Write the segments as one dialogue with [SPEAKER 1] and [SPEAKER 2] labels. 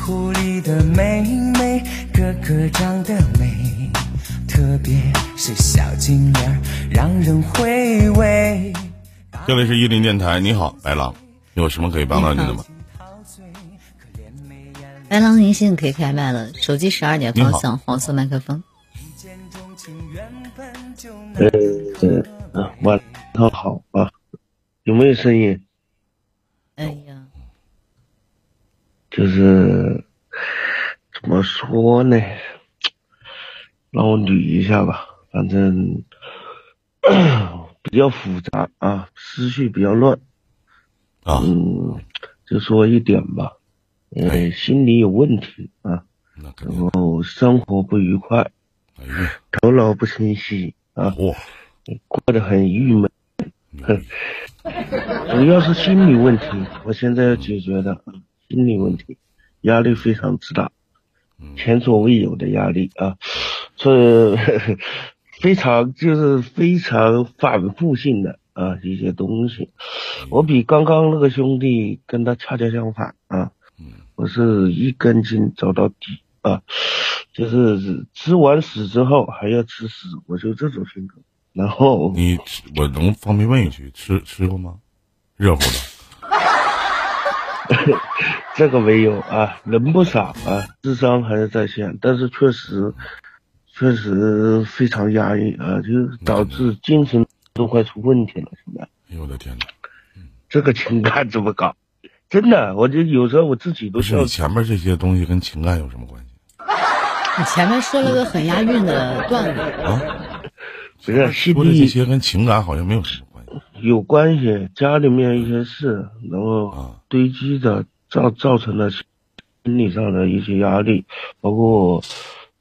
[SPEAKER 1] 湖里的妹妹，个个长得美，特别是小金莲儿，让人回味。
[SPEAKER 2] 这位是一林电台，你好，白狼，有什么可以帮到你的吗？
[SPEAKER 3] 白狼您现在可以开麦了，手机十二点方向黄色麦克风。
[SPEAKER 4] 呃，嗯，晚上好啊，有没有声音？
[SPEAKER 3] 哎呀，
[SPEAKER 4] 就是怎么说呢？让我捋一下吧，反正 比较复杂啊，思绪比较乱。
[SPEAKER 2] 啊，
[SPEAKER 4] 嗯，就说一点吧，因为心理有问题啊，
[SPEAKER 2] 那肯定
[SPEAKER 4] 然。后生活不愉快，
[SPEAKER 2] 哎呀，
[SPEAKER 4] 头脑不清晰啊，
[SPEAKER 2] 哇，
[SPEAKER 4] 过得很郁闷。
[SPEAKER 2] 牛逼！
[SPEAKER 4] 主要是心理问题，我现在要解决的心理问题，压力非常之大，
[SPEAKER 2] 嗯
[SPEAKER 4] 前所未有的压力啊，这 非常就是非常反复性的啊一些东西。我比刚刚那个兄弟跟他恰恰相反啊，我是一根筋走到底啊，就是吃完屎之后还要吃屎，我就这种性格。然后
[SPEAKER 2] 你吃我能方便问一句，吃吃过吗？热乎的。
[SPEAKER 4] 这个没有啊，人不傻啊，智商还是在线，但是确实，确实非常压抑啊，就是导致精神都快出问题了。现在
[SPEAKER 2] 哎呦我的天哪！
[SPEAKER 4] 这个情感怎么搞？真的，我就有时候我自己都
[SPEAKER 2] 不是
[SPEAKER 4] 笑
[SPEAKER 2] 你。前面这些东西跟情感有什么关系
[SPEAKER 3] 你前面说了个很押韵的段子，
[SPEAKER 2] 啊？
[SPEAKER 4] 不是心
[SPEAKER 2] 说的这
[SPEAKER 4] 里
[SPEAKER 2] 些跟情感好像没有什么关系
[SPEAKER 4] 有关系，家里面一些事，然后
[SPEAKER 2] 啊
[SPEAKER 4] 堆积的造造成了心理上的一些压力，包括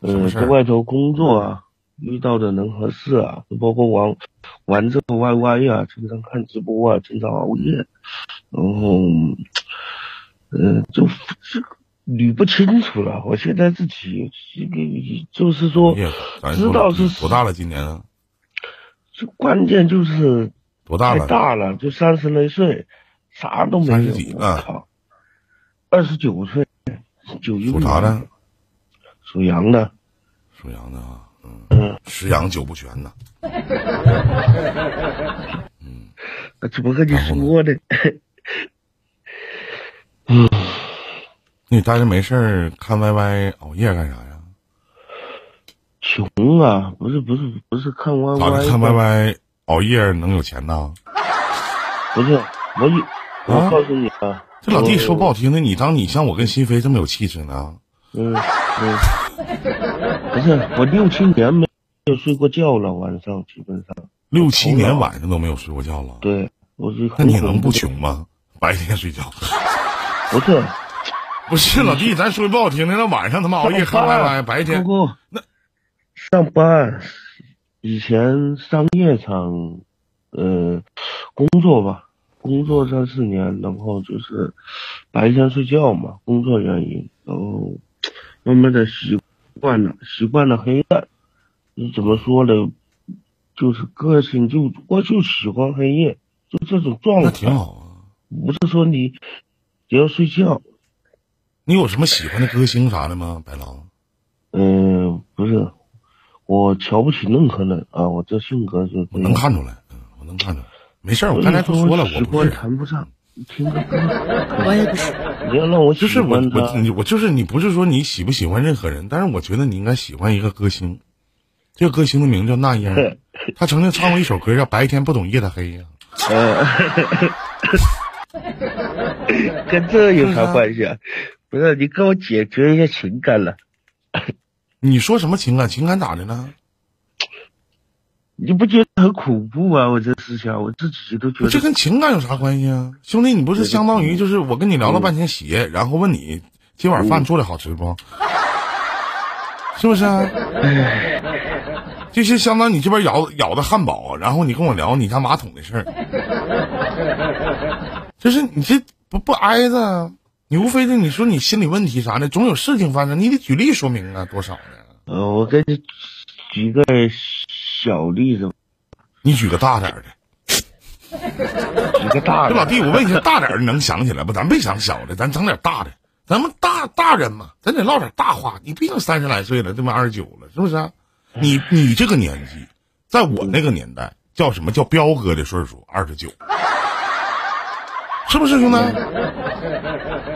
[SPEAKER 2] 什么
[SPEAKER 4] 呃
[SPEAKER 2] 事儿
[SPEAKER 4] 在外头工作啊，遇到的人和事啊，包括玩玩这个 YY 啊，经常看直播啊，经常熬夜，然后呃就这个捋不清楚了。我现在自己这个就是说
[SPEAKER 2] 你也，咱
[SPEAKER 4] 知
[SPEAKER 2] 说
[SPEAKER 4] 道
[SPEAKER 2] 了
[SPEAKER 4] 是
[SPEAKER 2] 多大了？今年啊，
[SPEAKER 4] 这关键就是
[SPEAKER 2] 多大
[SPEAKER 4] 太
[SPEAKER 2] 了？
[SPEAKER 4] 大了，就三十来岁，啥都没有。
[SPEAKER 2] 三十几
[SPEAKER 4] 我
[SPEAKER 2] 啊
[SPEAKER 4] 靠，二十九岁，九一
[SPEAKER 2] 属啥的？
[SPEAKER 4] 属羊的。
[SPEAKER 2] 属羊的啊，嗯
[SPEAKER 4] 嗯，
[SPEAKER 2] 十羊九不全呐。
[SPEAKER 4] 啊怎么跟你
[SPEAKER 2] 然后呢
[SPEAKER 4] 说呢？
[SPEAKER 2] 那你待着没事儿看 YY 熬夜干啥呀？
[SPEAKER 4] 穷啊，不是不是不是看 Y
[SPEAKER 2] 咋
[SPEAKER 4] Y
[SPEAKER 2] 的？看 YY 熬夜能有钱呐？
[SPEAKER 4] 不是我有，
[SPEAKER 2] 啊
[SPEAKER 4] 我告诉你啊，
[SPEAKER 2] 这老弟
[SPEAKER 4] 我
[SPEAKER 2] 说不好听的，你当你像我跟新飞这么有气质呢？
[SPEAKER 4] 嗯嗯，不是我六七年没有睡过觉了，晚上基本上
[SPEAKER 2] 六七年晚上都没有睡过觉了，
[SPEAKER 4] 对我是
[SPEAKER 2] 那
[SPEAKER 4] 很
[SPEAKER 2] 你能不
[SPEAKER 4] 恐怖的？
[SPEAKER 2] 穷吗？白天睡觉，
[SPEAKER 4] 不是，
[SPEAKER 2] 不是老弟，咱说不好听的，那晚上他妈熬夜看
[SPEAKER 4] 上班
[SPEAKER 2] YY，白天
[SPEAKER 4] 不过
[SPEAKER 2] 那
[SPEAKER 4] 上班以前商业厂，呃，工作吧，工作三四年，然后就是白天睡觉嘛，工作原因，然后慢慢的习惯了，习惯了黑暗。你怎么说呢？就是个性就我就喜欢黑夜，就这种状
[SPEAKER 2] 那
[SPEAKER 4] 态。
[SPEAKER 2] 挺好啊。
[SPEAKER 4] 不是说你只要睡觉，
[SPEAKER 2] 你有什么喜欢的歌星啥的吗？白狼，
[SPEAKER 4] 嗯、不是，我瞧不起任何人啊，我这性格就
[SPEAKER 2] 我
[SPEAKER 4] 这样
[SPEAKER 2] 能看出来，嗯，我能看出来。没事儿，我刚才都说了，我
[SPEAKER 4] 喜
[SPEAKER 2] 不
[SPEAKER 4] 欢
[SPEAKER 2] 是，
[SPEAKER 4] 谈不上，听个歌，
[SPEAKER 3] 我也不是。
[SPEAKER 4] 你要让我
[SPEAKER 2] 就
[SPEAKER 4] 喜
[SPEAKER 2] 是我
[SPEAKER 4] 欢
[SPEAKER 2] 我
[SPEAKER 4] 他，
[SPEAKER 2] 你我就是你不是说你喜不喜欢任何人，但是我觉得你应该喜欢一个歌星，这个歌星的名字叫那英 儿，他曾经唱过一首歌叫《白天不懂夜的黑》呀。
[SPEAKER 4] 跟这有啥关系啊？不是，你跟我解决一下情感了，
[SPEAKER 2] 你说什么情感？情感咋的呢？
[SPEAKER 4] 你不觉得很恐怖啊？我这思想，我自己都觉
[SPEAKER 2] 这
[SPEAKER 4] 得，
[SPEAKER 2] 跟情感有啥关系啊？兄弟，你不是相当于就是我跟你聊了半天鞋，然后问你今晚饭做的好吃不？是不是啊？就是相当于你这边咬咬的汉堡，然后你跟我聊你家马桶的事儿，就是你这不不挨着啊？你无非是你说你心理问题啥的，总有事情发生，你得举例说明啊，多少呢？
[SPEAKER 4] 呃，我给你举个小例子，
[SPEAKER 2] 你举个大点儿的。
[SPEAKER 4] 举个大
[SPEAKER 2] 这老
[SPEAKER 4] 的，
[SPEAKER 2] 弟，我问一下，大点儿的能想起来不？咱别想小的，咱整点大的。咱们大大人嘛，咱得唠点大话。你毕竟三十来岁了，这么二十九了，是不是、啊？你你这个年纪，在我那个年代叫什么叫彪哥的岁数，二十九，是不是兄弟？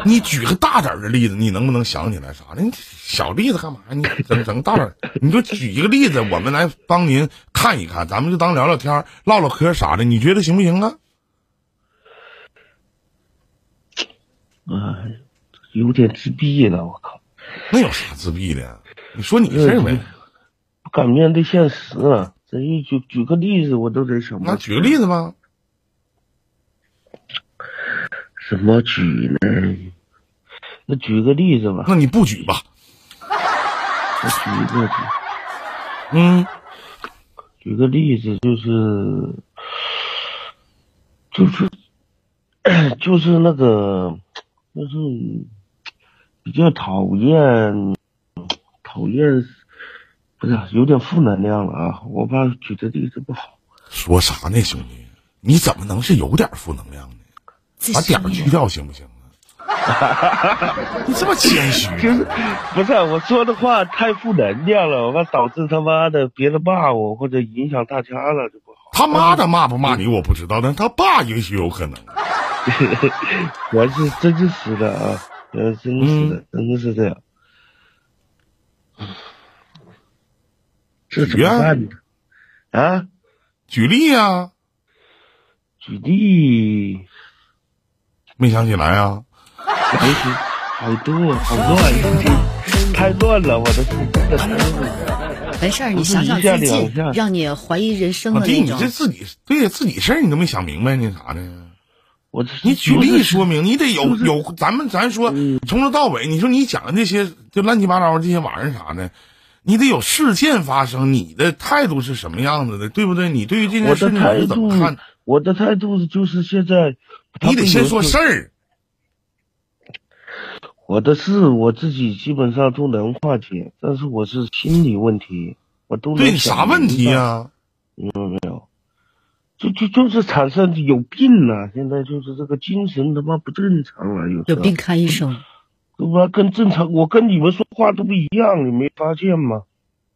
[SPEAKER 2] 你举个大点儿的例子，你能不能想起来啥？你小例子干嘛？你整整大点儿，你就举一个例子，我们来帮您看一看，咱们就当聊聊天儿、唠唠嗑啥的，你觉得行不行啊？
[SPEAKER 4] 啊，有点自闭了，我靠，
[SPEAKER 2] 那有啥自闭的？你说你事儿呗。
[SPEAKER 4] 不敢面对现实啊。这一举举个例子，我都得想不
[SPEAKER 2] 那举个例子吧。
[SPEAKER 4] 怎么举呢？那举个例子吧。
[SPEAKER 2] 那你不举吧？
[SPEAKER 4] 我举一个，
[SPEAKER 2] 嗯，
[SPEAKER 4] 举个例子就是，就是 就是那个，就是比较讨厌，讨厌，不是有点负能量了啊！我怕举的例子不好。
[SPEAKER 2] 说啥呢，兄弟？你怎么能是有点负能量呢？
[SPEAKER 3] 自
[SPEAKER 2] 把
[SPEAKER 3] 信
[SPEAKER 2] 点儿去掉行不行啊？ 你这么谦虚啊，
[SPEAKER 4] 就是不是我说的话太负能量了，我怕导致他妈的别人骂我或者影响大家了，就不好。
[SPEAKER 2] 他妈的骂不骂你我不知道，但他爸也许有可能。
[SPEAKER 4] 我是真实的啊，呃，真实
[SPEAKER 2] 嗯
[SPEAKER 4] 的，真的是这样。这怎么办呢？啊，
[SPEAKER 2] 举例啊，
[SPEAKER 4] 举例，
[SPEAKER 2] 没想起来啊？
[SPEAKER 4] 哎，好多好乱，太乱了，我的天，太乱了。
[SPEAKER 3] 没事儿，你想想
[SPEAKER 4] 一下
[SPEAKER 3] 最近
[SPEAKER 4] 两下
[SPEAKER 3] 让你怀疑人生
[SPEAKER 2] 老
[SPEAKER 3] 的
[SPEAKER 2] 弟，
[SPEAKER 3] 那
[SPEAKER 2] 啊你这
[SPEAKER 3] 种，
[SPEAKER 2] 自己对自己事儿你都没想明白，那啥呢？
[SPEAKER 4] 我
[SPEAKER 2] 你举例说明，你得有
[SPEAKER 4] 就是嗯
[SPEAKER 2] 有，咱们咱说从头到尾，你说你讲的这些就乱七八糟这些玩意儿啥的，你得有事件发生，你的态度是什么样子的，对不对？你对于这件
[SPEAKER 4] 我
[SPEAKER 2] 事
[SPEAKER 4] 的
[SPEAKER 2] 情
[SPEAKER 4] 态
[SPEAKER 2] 是怎么
[SPEAKER 4] 度
[SPEAKER 2] 看的？，
[SPEAKER 4] 我的态度就是现在，
[SPEAKER 2] 你得先说事
[SPEAKER 4] 儿。
[SPEAKER 2] 儿。
[SPEAKER 4] 我的事我自己基本上都能化解，但是我是心理问题，我都能
[SPEAKER 2] 对，啥问题呀、
[SPEAKER 4] 呀、明白没有？就就就是产生有病了、现在就是这个精神他妈不正常了，有时
[SPEAKER 3] 有
[SPEAKER 4] 候
[SPEAKER 3] 病，看医生。
[SPEAKER 4] 他妈跟正常，我跟你们说话都不一样，你没发现吗？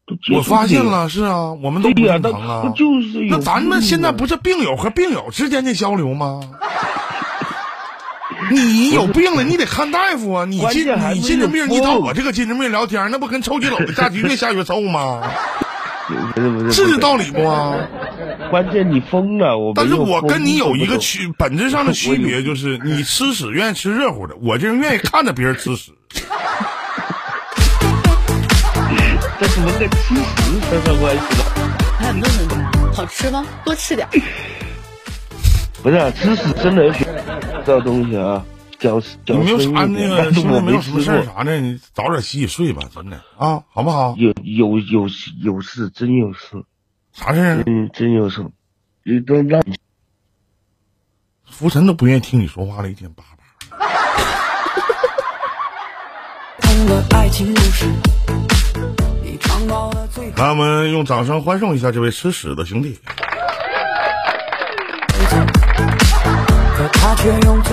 [SPEAKER 4] 都接触
[SPEAKER 2] 我发现
[SPEAKER 4] 不了，
[SPEAKER 2] 了，是啊，我们都不
[SPEAKER 4] 对呀、
[SPEAKER 2] 正
[SPEAKER 4] 那
[SPEAKER 2] 常啊
[SPEAKER 4] 那。就是有
[SPEAKER 2] 那咱们现在
[SPEAKER 4] 病啊
[SPEAKER 2] 不是病友和病友之间的交流 吗？你有病了，你得看大夫啊！你
[SPEAKER 4] 关
[SPEAKER 2] 精
[SPEAKER 4] 键还
[SPEAKER 2] 你
[SPEAKER 4] 没
[SPEAKER 2] 精神病，
[SPEAKER 4] 有
[SPEAKER 2] 你找
[SPEAKER 4] 风
[SPEAKER 2] 我这个精神病聊天，那不跟抽筋篓子下局越下越臭吗？
[SPEAKER 4] 不是 不是
[SPEAKER 2] 是
[SPEAKER 4] 不
[SPEAKER 2] 这道理不啊？
[SPEAKER 4] 关键你疯了，我没
[SPEAKER 2] 但是
[SPEAKER 4] 有
[SPEAKER 2] 我
[SPEAKER 4] 疯
[SPEAKER 2] 跟你有一
[SPEAKER 4] 懂不
[SPEAKER 2] 个
[SPEAKER 4] 懂
[SPEAKER 2] 区本质上的区别，就是你吃屎愿意吃热乎的，我这人愿意看着别人吃屎。
[SPEAKER 4] 这怎么跟吃屎扯上关系了？
[SPEAKER 3] 哎，问问他，好吃吗？多吃点儿。
[SPEAKER 4] 不是、啊，吃屎真能学这东西啊，屌丝屌
[SPEAKER 2] 你
[SPEAKER 4] 丝
[SPEAKER 2] 没有啥那个，
[SPEAKER 4] 但是
[SPEAKER 2] 兄弟
[SPEAKER 4] 我
[SPEAKER 2] 没
[SPEAKER 4] 没
[SPEAKER 2] 有什么
[SPEAKER 4] 吃
[SPEAKER 2] 事儿
[SPEAKER 4] 过。嗯
[SPEAKER 2] 啥的，你早点洗洗睡吧，真的啊，好不好？
[SPEAKER 4] 有有有有事，真有事，
[SPEAKER 2] 啥事儿啊？
[SPEAKER 4] 嗯，真有事。你都让你
[SPEAKER 2] 福臣都不愿意听你说话了，一天叭叭。
[SPEAKER 1] 看了爱情故事，你尝到了最
[SPEAKER 2] 来，我们用掌声欢送一下这位吃屎的兄弟。
[SPEAKER 1] 可他却用最。